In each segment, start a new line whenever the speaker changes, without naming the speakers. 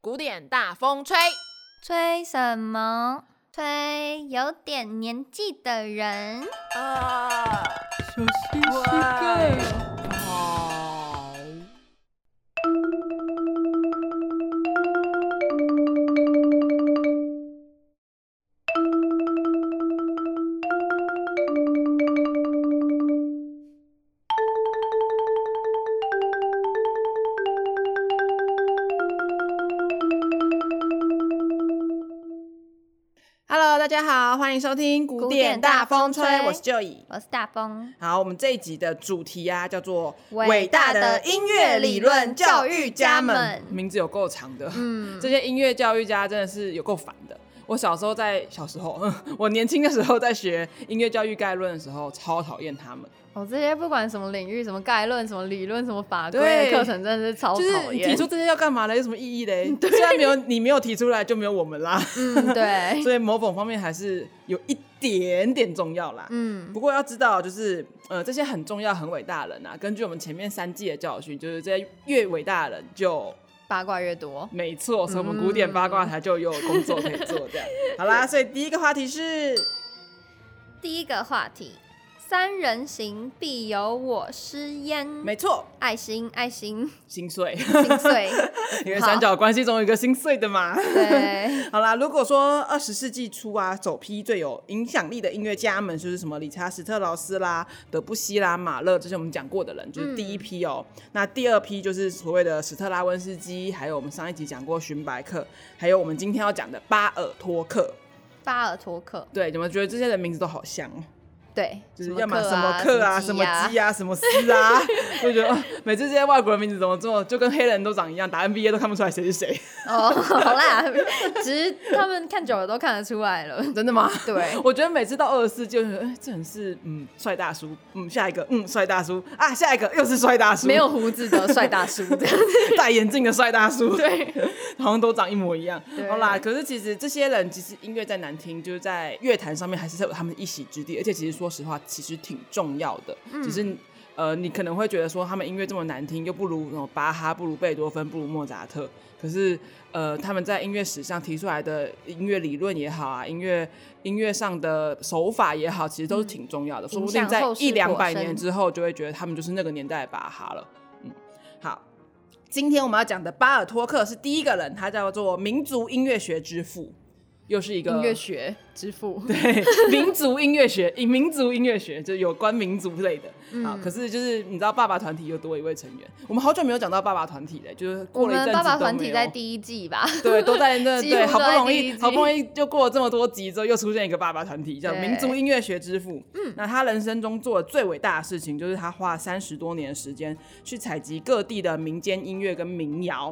古典大风吹，
吹什么？吹有点年纪的人。
啊，
小心膝盖。啊
好，Hello，大家好，欢迎收听《古
古
典
典
大
大
风
风
吹》，
吹
我是 Joy。
我是大风。
好，我们这一集的主题啊，叫做“伟
伟
大
大
的
的
音
音
乐
乐
理
理
论
论
教
教
育
育
家
家
们
们”，
名字有够长的。
嗯
这些音乐教育家真的是有够烦的。我小时候在小时候， 我年轻的时候在学音乐教育概论的时候，超讨厌他们。
哦，这些不管什么领域、什么概论、什么理论、什么法规
对
的课程，真的是超
就是
讨
你提
厌。
出这些要干嘛呢？有什么意义嘞？虽然没有你没有提出来，就没有我们啦。
嗯，对，
所以某种方面还是有一点点重要啦。
嗯，
不过要知道，就是呃，这些很重要、很伟大的人啊，根据我们前面三季的教训，就是这些越伟大的人就
八卦越多，
没错，所以我们古典八卦台就有工作可以做。这样、好啦，所以第一个话题是
第一个话题：三人行，必有我师焉。
没错，
爱心，爱心，
心碎，
心碎。
因为三角关系中有一个心碎的嘛。
对，
好啦，如果说二十世纪初啊，首批最有影响力的音乐家们，就是什么理查·史特劳斯啦、德布西啦、马勒，这些我们讲过的人，就是第一批哦。那第二批就是所谓的史特拉温斯基，还有我们上一集讲过荀白克，还有我们今天要讲的巴尔托克。
巴尔托克，
对，怎么觉得这些人名字都好像哦？
对，
就是要么
什
什
么
么
克
克啊，
啊
什
什
么
么
基啊，什么斯啊， 就觉得、哦每次这些外国人名字怎么这么就跟黑人都长一样，打 NBA 都看不出来谁是谁。
哦，好啦，其实他们看久了都看得出来了。
真的吗？
对
我觉得每次到二十四就觉得，哎、这人是嗯帅大叔，嗯下一个嗯帅大叔啊，下一个又是帅大叔，
没有胡子的帅大 叔，这样
戴眼镜的帅大叔，
对，
好像都长一模一样。
对
好啦，可是其实这些人其实音乐再难听，就是在乐坛上面还是有他们一席之地，而且其实说实话，其实挺重要的，
嗯
只是。呃，你可能会觉得说他们音乐这么难听，又不如什么巴哈，不如贝多芬，不如莫扎特。可是，呃，他们在音乐史上提出来的音乐理论也好啊，音乐音乐上的手法也好，其实都是挺重要的。说不定
嗯影响
在
后世
一两
颇
百
深
年之后，就会觉得他们就是那个年代的巴哈了。嗯好，今天我们要讲的巴尔托克是第一个人，他叫做民族音乐学之父，又是一个
音乐学之父，
对， 民族音乐学，以民族音乐学就是有关民族类的。
嗯
好，可是就是你知道爸爸团体又多一位成员，我们好久没有讲到爸爸团体了，就是
我
过了一阵
们
子
爸爸
都
团
没
体
有
在第一季吧，
对，都在那
几乎
对，
都
好不
在
容
第
易
一，
好不容
集
易就过了这么多集之后，又出现一个爸爸团体，叫
对
民族音乐学之父。嗯，那他人生中做的最伟大的事情，就是他花三十多年的时间去采集各地的民间音乐跟民谣，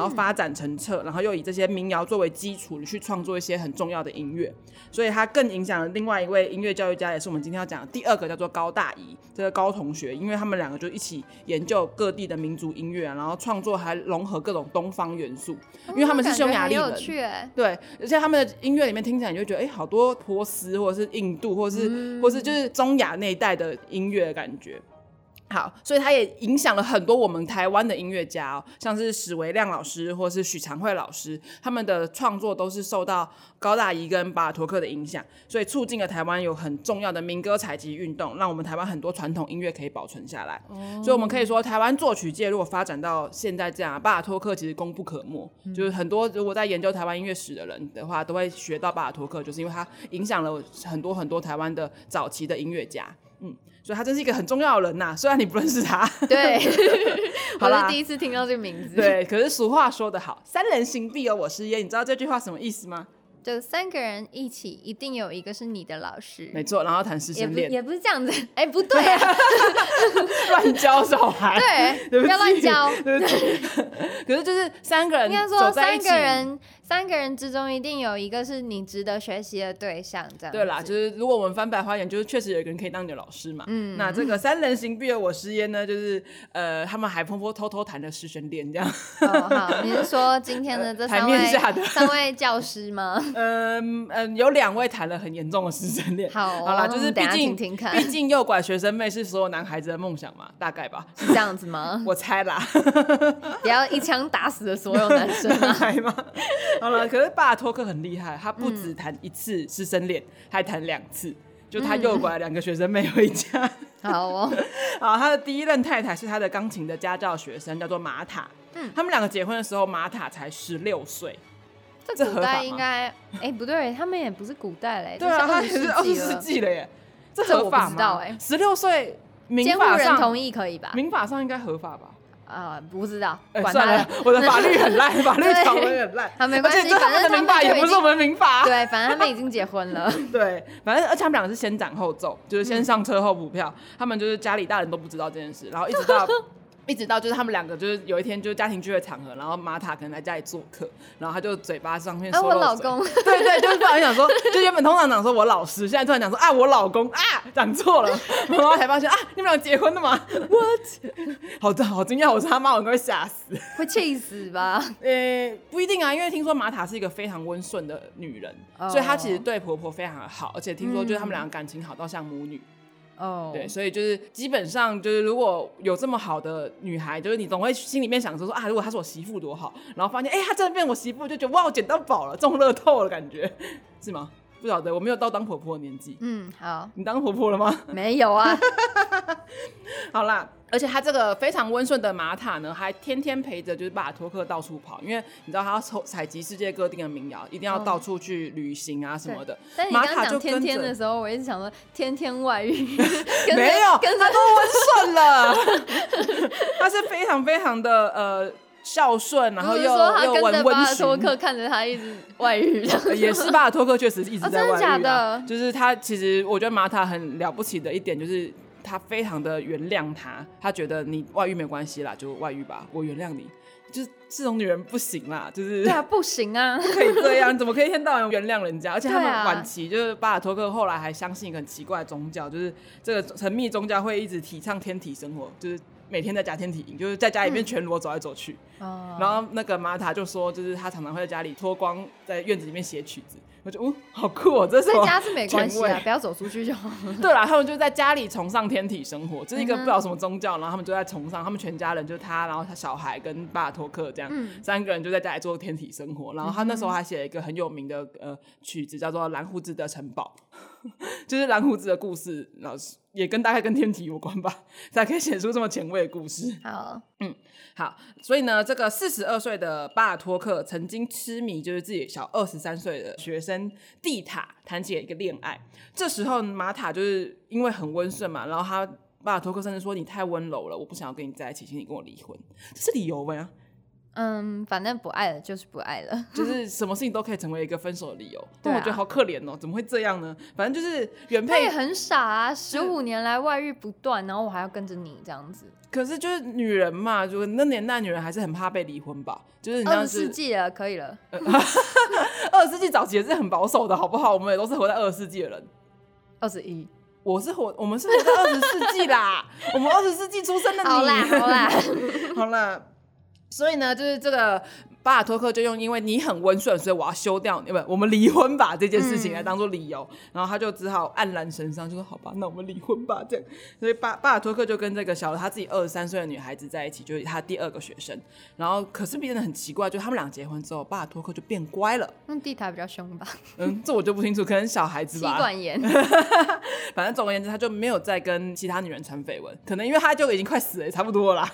嗯
后发展成册，然后又以这些民谣作为基础去创作一些很重要的音乐。所以他更影响了另外一位音乐教育家，也是我们今天要讲的第二个，叫做高大宜这个高同学，因为他们两个就一起研究各地的民族音乐啊，然后创作还融合各种东方元素，因为他们是匈牙利
感
人
觉很有。趣欸，
对，而且他们的音乐里面听起来，你就觉得哎、诶好多波斯或者是印度，或者是、或是就是中亚那一带的音乐的感觉。好，所以他也影响了很多我们台湾的音乐家、哦，像是史维亮老师或是许长惠老师，他们的创作都是受到高大宜跟巴尔托克的影响，所以促进了台湾有很重要的民歌采集运动，让我们台湾很多传统音乐可以保存下来。所以我们
哦
可以说，台湾作曲界如果发展到现在这样啊，巴尔托克其实功不可没。
嗯
就是很多如果在研究台湾音乐史的人的话，都会学到巴尔托克，就是因为他影响了很多很多台湾的早期的音乐家。嗯，所以他真是一个很重要的人呐、虽然你不认识他，
对，
好
我
啦
是第一次听到这个名字，，
对，可是俗话说得好，“三人行必有我师焉”，你知道这句话什么意思吗？
就三个人一起，一定有一个是你的老师。
没错，然后谈师
也
生
不
恋，
也不是这样子， 哎、不 对啊，
乱教小孩，
对，
对
不
起
要乱教。
对不起。可是就是三个人
应该
走
说
在一
三
起
个人，三个人之中一定有一个是你值得学习的对象，这样
对啦，
子
就是如果我们翻白花眼，就是确实有一个人可以当你的老师嘛。
嗯
那这个三人行必有我师焉呢，就是呃，他们还偷偷偷偷谈了师生恋这样。
哦，好，你是说今天的这
台
三
面
位
下的
三位教师 吗？
嗯嗯，有两位谈了很严重的师生恋。
好哦
好啦，就是毕
等一下
竟
听听看
毕竟诱拐学生妹是所有男孩子的梦想嘛，大概吧，
是这样子吗？
我猜 啦。
不要一枪打死了所有男生啊！
来吗？好了，可是巴尔托克很厉害，他
嗯
不止谈一次师生恋，还谈两次。就
嗯
他诱拐了两个学生妹回家。
好 哦，
啊，他的第一任太太是他的钢琴的家教学生，叫做玛塔。嗯，他们两个结婚的时候，玛塔才十六岁。这
这
合
古
法吗
代应该，哎，不对，他们也不是古代嘞，
对啊，他
这
也
是
是
二
二
十
十
世纪
世
了。
纪了耶，这
这
合
我
法吗？
不知道哎
十六岁，民
监护
法
人
上
同意可以吧？
民法上应该合法吧？
啊，不知道，
哎、
管
算
他
了
的。，
我的法律很烂，法律
对
条文很烂。
好没关系
而且这
反正
他们的
他
民
们
法也
就已
不是
经
我们民法啊、
对，反正他们已经结婚了。
对，反正而呃且他们两个是先斩后奏，就是先上车后补票。他们就是家里大人都不知道这件事，然后一直到一直到就是他们两个就是有一天就是家庭聚会场合，然后玛塔可能来家里做客，然后他就嘴巴上面
啊，
说、
我老，公，
对对，就是突然想说，就原本通常讲说我老师，现在突然讲说啊我老公啊讲错了， 然后才发现啊你们俩结婚了吗？What？好的，好惊讶，我说他妈我应该会吓死。
会气死吧？
呃、不一定啊，因为听说玛塔是一个非常温顺的女人
哦嗯
所以她其实对婆婆非常好，而且听说就是他们两个感情好到像母女。
哦，
对，所以就是基本上就是如果有这么好的女孩，就是你总会心里面想着说啊，如果她是我媳妇多好，然后发现哎、她真的变我媳妇，就觉得哇，我捡到宝了，中乐透了，感觉是吗？不晓得，我没有到当婆婆的年纪。
嗯，好，
你当婆婆了吗？
没有啊，
好啦，而且她这个非常温顺的玛塔呢，还天天陪着就是巴尔托克到处跑，因为你知道她要搜采集世界各地的民谣，一定要到处去旅行啊什么的。
哦但你
玛
刚
塔
刚
就
讲天
跟
天
着
的时候，我一直想说天天外遇，跟着
没有，
跟着
他都温顺了，他是非常非常的呃孝顺，然后
不
又
是说他
又
跟
温
着巴
温
尔托
驯。
克看着他一直外遇这样
呃也是巴尔托克确实一直
哦
在
真的
外遇、啊
假的
就是他其实我觉得玛塔很了不起的一点就是他非常的原谅他，他觉得你外遇没关系啦，就外遇吧，我原谅你。就是这种女人不行啦，就是
对啊，不行啊，
不可以这样，怎么可以一天到晚原谅人家？而且他们
对啊
晚期就是巴尔托克后来还相信一个很奇怪的宗教，就是这个神秘宗教会一直提倡天体生活，就是每天在家天体营，就是在家里面全裸走来走去。
哦，
然后那个玛塔就说，就是他常常会在家里脱光，在院子里面写曲子。我就哦，好酷哦，这是
在
我
家是没关系
前
啊
卫，
不要走出去就好。
对啦，他们就在家里崇尚天体生活，这是一个
嗯哼
不知道什么宗教，然后他们就在崇尚，他们全家人就是他，然后他小孩跟巴尔托克这样、三个人就在家里做天体生活。然后他那时候还写了一个很有名的呃曲子，叫做《蓝胡子的城堡》， 就是蓝胡子的故事，然后也跟大概跟天体有关吧，才可以写出这么前卫的故事。
好，
好，所以呢，这个四十二岁的巴尔托克曾经痴迷，就是自己小二十三岁的学生蒂塔谈起了一个恋爱。这时候玛塔就是因为很温顺嘛，然后他巴尔托克甚至说：“你太温柔了，我不想要跟你在一起，请你跟我离婚。”这是理由吗？
嗯，反正不爱了就是不爱了。
就是什么事情都可以成为一个分手的理由，但
对啊
我觉得好可怜哦，怎么会这样呢？反正就是原
他也
配，
很傻啊，十五年来外遇不断，然后我还要跟着你这样子。
可是就是女人嘛，就是那年代女人还是很怕被离婚吧，就是你
二
像
十世
是
纪了，可以了。
二十世纪早期也是很保守的，好不好？我们也都是活在二十世纪的人。
二十一，
我是活，我们是活在二十世纪啦，我们二十世纪出生的你。
好啦 好啦，
好啦。所以呢，就是这个巴尔托克就用因为你很温顺，所以我要休掉你，不，我们离婚吧这件事
嗯
情来当做理由，然后他就只好黯然神伤，就说好吧，那我们离婚吧这样。所以巴巴尔托克就跟这个小他自己二十三岁的女孩子在一起，就是他第二个学生。然后可是变得很奇怪，就他们俩结婚之后，巴尔托克就变乖了。
那地塔比较凶吧？
嗯，这我就不清楚，可能小孩子
妻
吧。
管严，
反正总而言之，他就没有再跟其他女人传绯闻，可能因为他就已经快死了，也差不多了啦，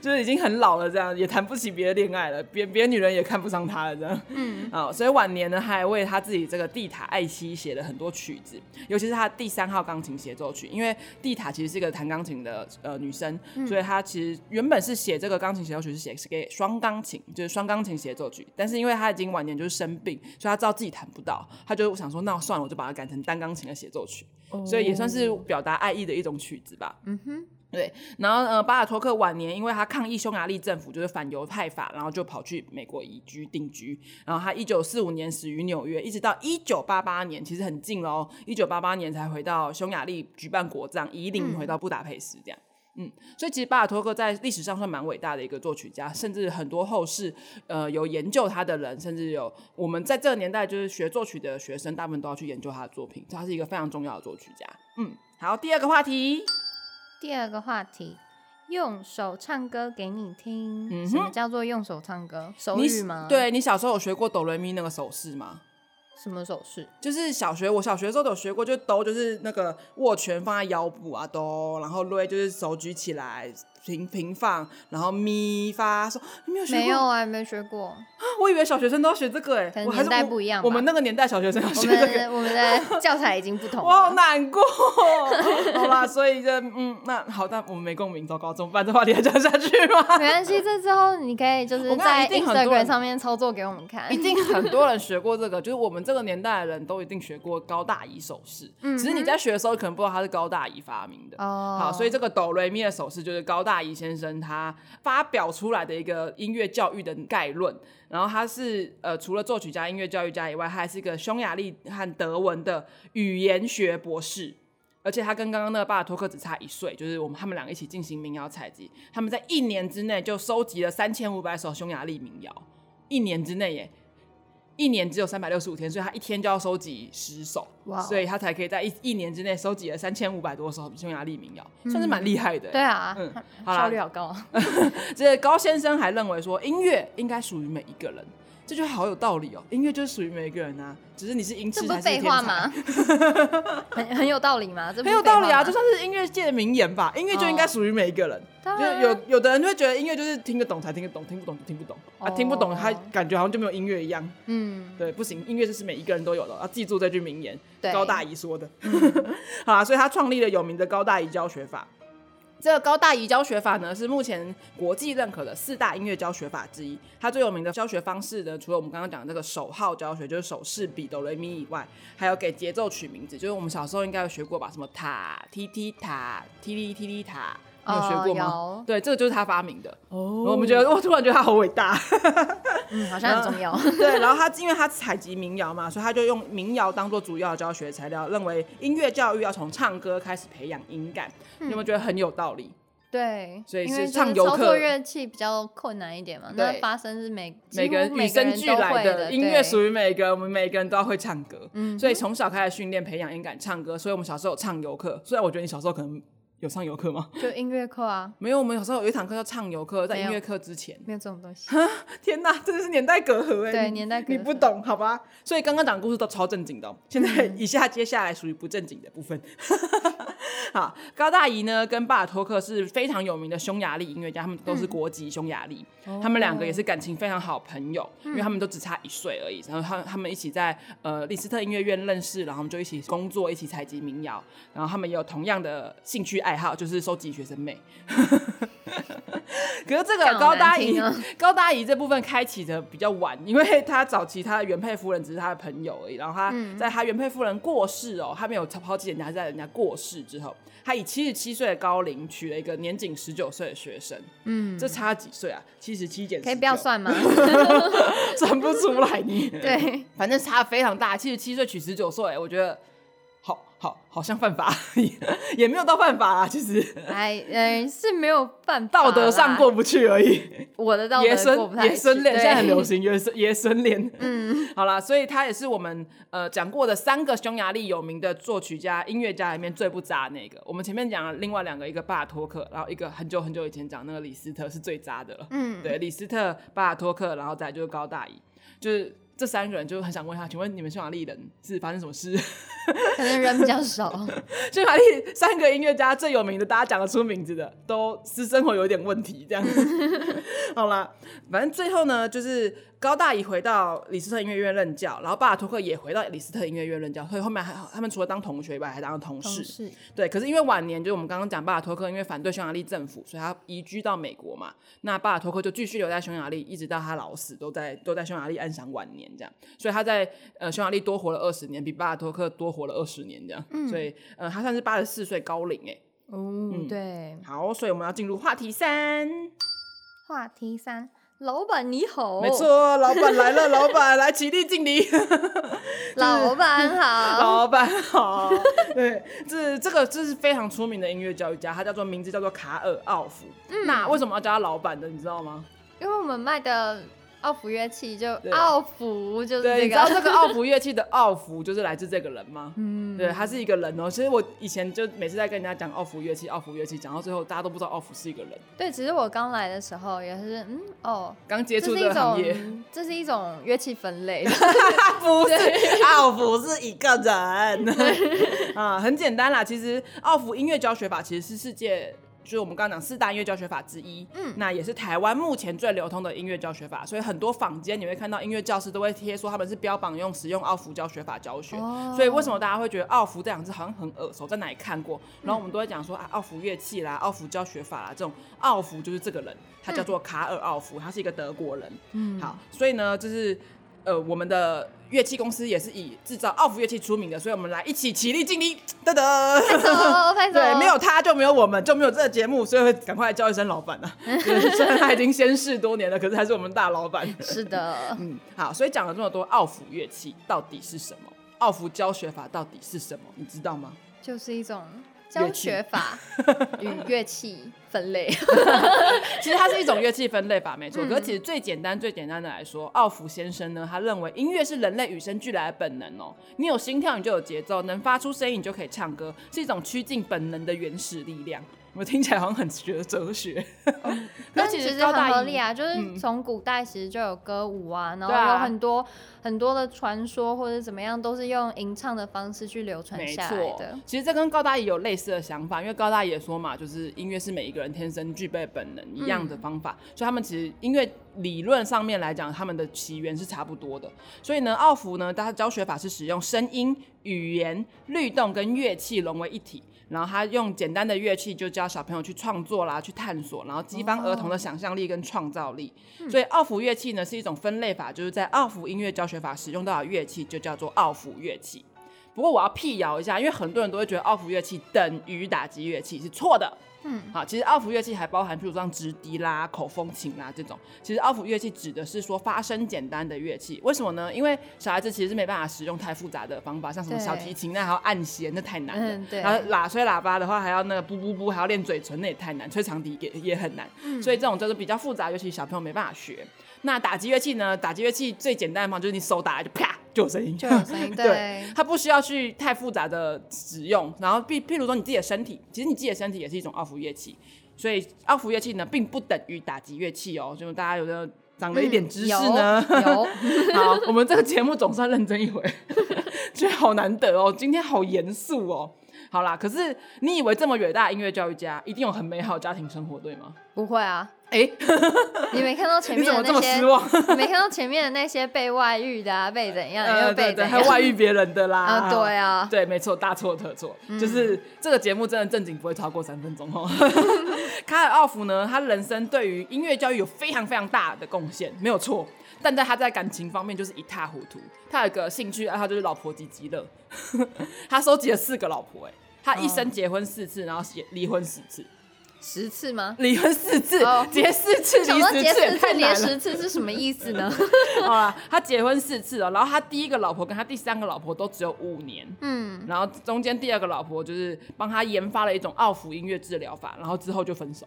就是已经很老了，这样也谈不起别的恋爱了，别别的女人也看不上他了，这样。嗯， 啊、所以晚年呢，他还为他自己这个蒂塔艾希写了很多曲子，尤其是他第三号钢琴协奏曲，因为蒂塔其实是一个弹钢琴的呃女生，所以她其实原本是写这个钢琴协奏曲是写给双钢琴，就是双钢琴协奏曲，但是因为她已经晚年就是生病，所以她知道自己弹不到，她就想说那算了，我就把它改成单钢琴的协奏曲，所以也算是表达爱意的一种曲子吧。嗯哼。对，然后呃，巴尔托克晚年因为他抗议匈牙利政府就是反犹太法，然后就跑去美国移居定居。然后他一九四五年死于纽约，一直到一九八八年，其实很近喽，一九八八年才回到匈牙利举办国葬，移灵回到布达佩斯这样。嗯，所以其实巴尔托克在历史上算蛮伟大的一个作曲家，甚至很多后世呃有研究他的人，甚至有我们在这个年代就是学作曲的学生，大部分都要去研究他的作品，他是一个非常重要的作曲家。嗯，好，第二个话题。
第二个话题，用手唱歌给你听。
嗯哼
什么叫做用手唱歌？手
你
语吗？，
对你小时候有学过哆来咪那个手势吗？
什么手势？
就是小学，我小学的时候都有学过，就哆就是那个握拳放在腰部啊哆，然后瑞就是手举起来平平放，然后咪发嗦，你没有学过？
没有啊，没学过。
我以为小学生都要学这个哎、
可能
我还是
年代
我
不一样吧
我们那个年代小学生要
我
学这 个。
们我们的教材已经不同
我好
了。
难过，哦 好吧，所以就嗯，那好，但我们没共鸣，糟糕，怎么办？这话题还讲下去吗？
没关系，这之后你可以就
我
是
跟你讲一
在
定很多人
Instagram 上面操作给我们看
一。定很多人学过这个，就是我们这个年代的人都一定学过高大宜手势。
嗯
只是你在学的时候可能不知道它是高大宜发明的。
哦
好，所以这个哆瑞咪的手势就是高大宜先生他发表出来的一个音乐教育的概论。然后他是呃，除了作曲家、音乐教育家以外，他还是一个匈牙利和德文的语言学博士。而且他跟刚刚那个巴尔托克只差一岁，就是我们他们两个一起进行民谣采集，他们在一年之内就收集了三千五百首匈牙利民谣，一年之内耶，一年只有三百六十五天，所以他一天就要收集十首，
哇哦
所以他才可以在一一年之内收集了三千五百多首匈牙利民谣，算是蛮厉害的耶。
嗯对啊，
嗯好啦
效率好高。啊
这高先生还认为说，音乐应该属于每一个人，这句话好有道理哦。音乐就是属于每一个人啊，只是你是音
这
痴
不
还
是
是天
废
才
话吗？？很很有道理吗？这不
很
是
有道理啊，
废
这
话吗哦
算是音乐界的名言吧。音乐就应该属于每一个人。
当
就
然
有有的人就会觉得音乐就是听得懂才听得懂，听不懂就听不懂啊，
哦
听不懂他感觉好像就没有音乐一样。
嗯，
对，不行，音乐就是每一个人都有的，要记住这句名言，
对
高大宜说的。好啊，所以他创立了有名的高大宜教学法。这个高大宜教学法呢，是目前国际认可的四大音乐教学法之一。它最有名的教学方式呢，除了我们刚刚讲的这个手号教学，就是手势比哆来咪以外，还有给节奏取名字，就是我们小时候应该有学过吧，什么塔踢踢塔踢哩踢哩塔，你有学
哦
过吗？
有
对，这个就是他发明的。
哦
然后我们觉得，我突然觉得他好伟大。
嗯，好像很重要。
对，然后他因为他采集民谣嘛，所以他就用民谣当做主要的教学材料，认为音乐教育要从唱歌开始培养音感，你有没有觉得很有道理？
对，
所以
因
是
为就是
唱游
操
客
作乐器比较困难一点嘛，那
对
发声是嗯每
每
个
个人与生俱来
的
音乐
于
属于每个人，我们每个人都要会唱歌，
嗯
所以从小开始训练培养音感唱歌，所以我们小时候有唱游课，虽然我觉得你小时候可能有上游课吗？
就音乐课啊，
没有，我们小时候有一堂课叫唱游课，在
没
音
有
乐课之前，
没有这种东 西。
天哪，真的是年代隔阂哎、
对
你
年代隔阂嗯
你不懂好吧？所以刚刚讲的故事都超正经的、哦，现在以下接下来属于不正经的部分。 好，高大宜呢跟巴尔托克是非常有名的匈牙利音乐家，他们都是国籍匈牙利，
嗯
他们两个也是感情非常好朋
哦
友，因为他们都只差一岁而已。然后他他们一起在呃利斯特音乐院认识，然后他们就一起工作，一起采集民谣，然后他们也有同样的兴趣爱好，就是收集学生妹。可是这个
好
高大
难
宜
听哦
高大宜这部分开启的比较晚，因为他早期他的原配夫人只是他的朋友而已，然后他
嗯
在他原配夫人过世哦，他没有抛弃人家，在人家过世之后，他以七十七岁的高龄娶了一个年仅十九岁的学生，嗯，这差几岁啊？七十七减
可以不要
19，
算吗？
算不出来你。，
对，
反正差非常大，七十七岁娶十九岁，我觉得好好好像犯法， 也没有到犯法啊，其实
哎，呃，是没有办法啦，
道德上过不去而已。
我的道
爷
德过不
孙
太
爷孙恋
去
现在很 流。
对
行，爷孙爷孙恋。嗯，好啦，所以他也是我们呃讲过的三个匈牙利有名的作曲家、音乐家里面最不渣的那个。我们前面讲了另外两个，一个巴尔托克，然后一个很久很久以前讲那个李斯特是最渣的了。
嗯，
对，李斯特、巴尔托克，然后再来就是高大宜，就是这三个人，就很想问一下，请问你们匈牙利人是发生什么事？
可能人比较少，
匈牙利三个音乐家最有名的，大家讲得出名字的，都私生活有点问题，这样子。好啦，反正最后呢，就是高大宜回到李斯特音乐院任教，然后巴尔托克也回到李斯特音乐院任教，所以后面还他们除了当同学以外，还当同
同
事。
事
对，可是因为晚年就是我们刚刚讲巴尔托克，因为反对匈牙利政府，所以他移居到美国嘛。那巴尔托克就继续留在匈牙利，一直到他老死，都在都在匈牙利安享晚年这样。所以他在呃匈牙利多活了二十年，比巴尔托克多活了二十年这样。所以呃他算是八十四岁高龄哎、
哦
嗯，
对，
好，所以我们要进入话题三。
话题三，老板你好，
没，错，老板来了，老板 来起立敬礼。
老板好，
老板好，对，这这个这是非常出名的音乐教育家，他叫做名字叫做卡尔奥夫。
嗯
那为什么要叫他老板的，你知道吗？
因为我们卖的奥福乐器就
对
奥福就 是
对，
这
你知道
个，
这个奥福乐器的奥福就是来自这个人吗？
嗯，
对，他是一个人哦。其实我以前就每次在跟人家讲奥福乐器，奥福乐器讲到最后，大家都不知道奥福是一个人，
对，其实我刚来的时候也是，嗯，哦，
刚接
这
触
是
这
一
个行业。
种， 这是一种乐器分 类，
不是，奥福是一个人啊，很简单啦。其实奥福音乐教学法其实是世界。就是我们刚刚讲四大音乐教学法之一，嗯，那也是台湾目前最流通的音乐教学法，所以很多坊间你会看到音乐教师都会贴说他们是标榜用使用奥福教学法教学，所以为什么大家会觉得奥福这两个字好像很耳熟，在哪里看过？然后我们都会讲说啊，奥福乐器啦，奥福教学法啦，这种奥福就是这个人，他叫做卡尔奥夫，他是一个德国人，嗯，好，所以呢，就是呃，我们的乐器公司也是以制造奥福乐器出名的，所以我们来一起起立敬礼，噔噔。
哦，拍手，
对，没有他就没有我们，就没有这个节目，所以赶快叫一声老板啊！就是虽然他已经先逝多年了，可是还是我们大老板。
是的，
嗯，好，所以讲了这么多，奥福乐器到底是什么？奥福教学法到底是什么？你知道吗？
就是一种
乐
教
器
学法与乐器分类，
其实它是一种乐器分类法，没错。可是其实最简单、最简单的来说，奥福先生呢，他认为音乐是人类与生俱来的本能哦、你有心跳，你就有节奏，能发出声音，你就可以唱歌，是一种趋近本能的原始力量。我听起来好像很学哲学，可
但
是
其
实
实
高大
很合
一
理啊，就
嗯
是从古代其实就有歌舞啊，然后
对啊
有很多、很多的传说或者怎么样，都是用吟唱的方式去流传
没
下来
错
的。，
其实这跟高大也有类似的想法，因为高大也说嘛，就是音乐是每一个人天生具备本能一样的
嗯
方法，所以他们其实音乐理论上面来讲，他们的起源是差不多的。所以呢，奥福呢，他的教学法是使用声音、语言、律动跟乐器融为一体。然后他用简单的乐器就教小朋友去创作啦，去探索，然后激发儿童
哦
的想象力跟创造力。所以奥福乐器呢是一种分类法，就是在奥福音乐教学法使用到的乐器就叫做奥福乐器。不过我要辟谣一下，因为很多人都会觉得奥福乐器等于打击乐器是错的。嗯，好，其实奥福乐器还包含，譬如说像直笛啦、口风琴啦这种。其实奥福乐器指的是说发声简单的乐器，为什么呢？因为小孩子其实是没办法使用太复杂的方法，像什么
对
小提琴啊那还要按弦，那太难了。
嗯对
然后喇吹喇叭的话，还要那个噗噗噗，还要练嘴唇，那也太难。吹长笛也也很难，
嗯
所以这种就是比较复杂，尤其小朋友没办法学。那打击乐器呢？打击乐器最简单的方法就是你手打来就啪就有声音，
就有声音，对，
它不需要去太复杂的使用。然后譬譬如说你自己的身体，其实你自己的身体也是一种奥福乐器，所以奥福乐器呢，并不等于打击乐器哦。就是大家有的长了一点知识呢，
嗯 有
好，我们这个节目总算认真一回， 觉得好难得哦，今天好严肃哦。好啦，可是你以为这么远大的音乐教育家，一定有很美好的家庭生活，对吗？
不会啊？
哎、
你没看到前
你
面
怎么这
的那
么
些
失，望？
你没看到前面的那些被外遇的啊，被怎 样，
呃，
又
对
被
对，
怎
还
样
外遇别人的啦。
啊？对啊，嗯
对，没错，大错特错，就是这个节目真的正经不会超过三分钟 哦。卡尔奥夫呢，他人生对于音乐教育有非常非常大的贡献，没有错。但在他在感情方面就是一塌糊涂。他有一个兴趣爱好就是老婆及极乐， 他收集了四个老婆、哎，他一
哦
生结婚四次，然后结离婚十次，
十次吗？
离婚四次，
哦
结四次，
想
离
说
十
结
次也
十
太
次
难
连
了。
十次是什么意思呢？
好啦，他结婚四次哦，然后他第一个老婆跟他第三个老婆都只有五年，
嗯，
然后中间第二个老婆就是帮他研发了一种奥福音乐治疗法，然后之后就分手，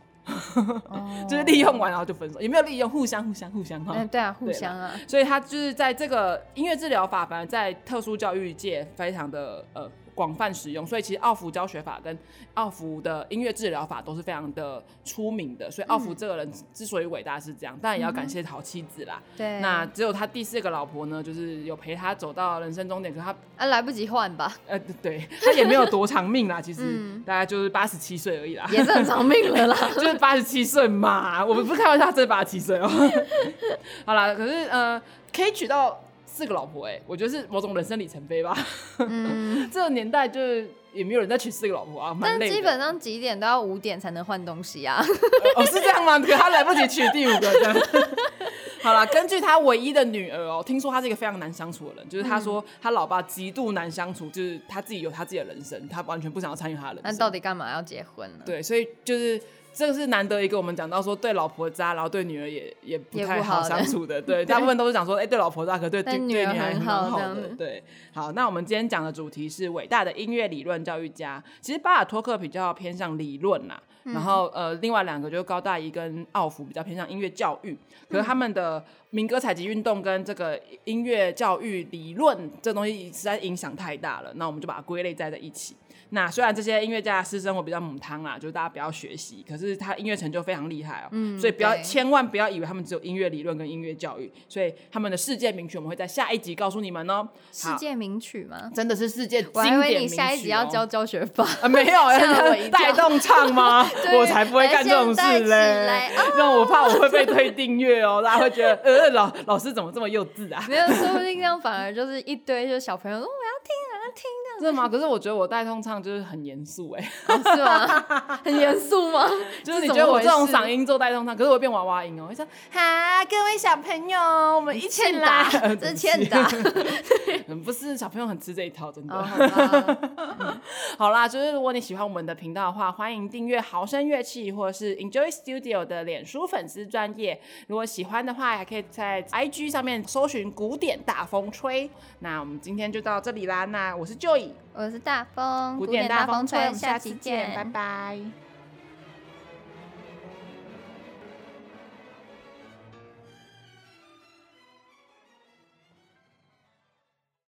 哦
就是利用完然后就分手，也没有利用，互相互相互相哈。
嗯，对啊，互
对啦
相啊，
所以他就是在这个音乐治疗法，反而在特殊教育界非常的呃广泛使用。所以其实奥福教学法跟奥福的音乐治疗法都是非常的出名的。所以奥
嗯
福这个人之所以伟大是这样，当然也要感谢好妻子啦。
对，
那只有他第四个老婆呢，就是有陪他走到人生终点，可他
啊来不及换吧，
呃，对， 他也没有多长命 啦，其实、
嗯
大概就是八十七岁而已啦，
也是很长命了啦。
就是八十七岁嘛。我们不是开玩笑，真八十七 岁哦。好啦，可是呃，可以娶到四个老婆哎、我觉得是某种人生里程碑吧。
嗯，
这个年代就是也没有人再娶四个老婆啊，蛮
但
累的。
基本上几点都要五点才能换东西啊。
哦，是这样吗？可他来不及娶第五个这样。 好啦，根据他唯一的女儿哦，听说他是一个非常难相处的人，就是他说他老爸极度难相处，就是他自己有他自己的人生，他完全不想要参与他的人
那
生。
到底干嘛要结婚呢？
对，所以就是这个是难得一个我们讲到说对老婆渣，然后对女儿也也不
也
太
不好的
好相 处的，对，大部分都是讲说，哎、对老婆渣，可对对
但
女
女儿
儿还
很
蛮
好
好
这样
的
子，
对。好，那我们今天讲的主题是伟大的音乐理论教育家，其实巴尔托克比较偏向理论啦。
嗯
然后呃，另外两个就是高大宜跟奥福比较偏向音乐教育，可是他们的民歌采集运动跟这个音乐教育理论这东西实在影响太大了，那我们就把它归类在在一起。那虽然这些音乐家的私生活比较母汤啦，就是大家不要学习，可是他音乐成就非常厉害哦、
嗯
所以不要
对
千万不要以为他们只有音乐理论跟音乐教育，所以他们的世界名曲我们会在下一集告诉你们哦、
世界名曲吗？
真的是世界
我
经
还以
典名
为
曲、哦
你下一集要教教学法。
啊，没有，
吓我一跳
带动唱吗？
对
我才不会干这种事
来啊现代
嘞
起，
让我怕我会被推订阅哦，大家会觉得呃老老师怎么这么幼稚啊？
没有，说不定这样反而就是一堆就是小朋友，哦我
真的吗？可是我觉得我带动唱就是很严肃哎，
要听啊，是 吗？很严肃吗？
就是你
这怎么
觉得我
回
这种
事
嗓音做带动唱，可是我会变娃娃音哦，我会说
好，各位小朋友，我们一起
欠打
来。，
这是欠打。
嗯不是小朋友很吃这一套，真的。
哦，好吧
好啦，就是如果你喜欢我们的频道的话，欢迎订阅豪声乐器或者是 Enjoy Studio 的脸书粉丝专业。如果喜欢的话，还可以在 IG 上面搜寻“古典大风吹”。那我们今天就到这里啦。那我是 Joy，
我是大风，
古典大风吹，我们
下
下
期
期
见，
见，拜拜。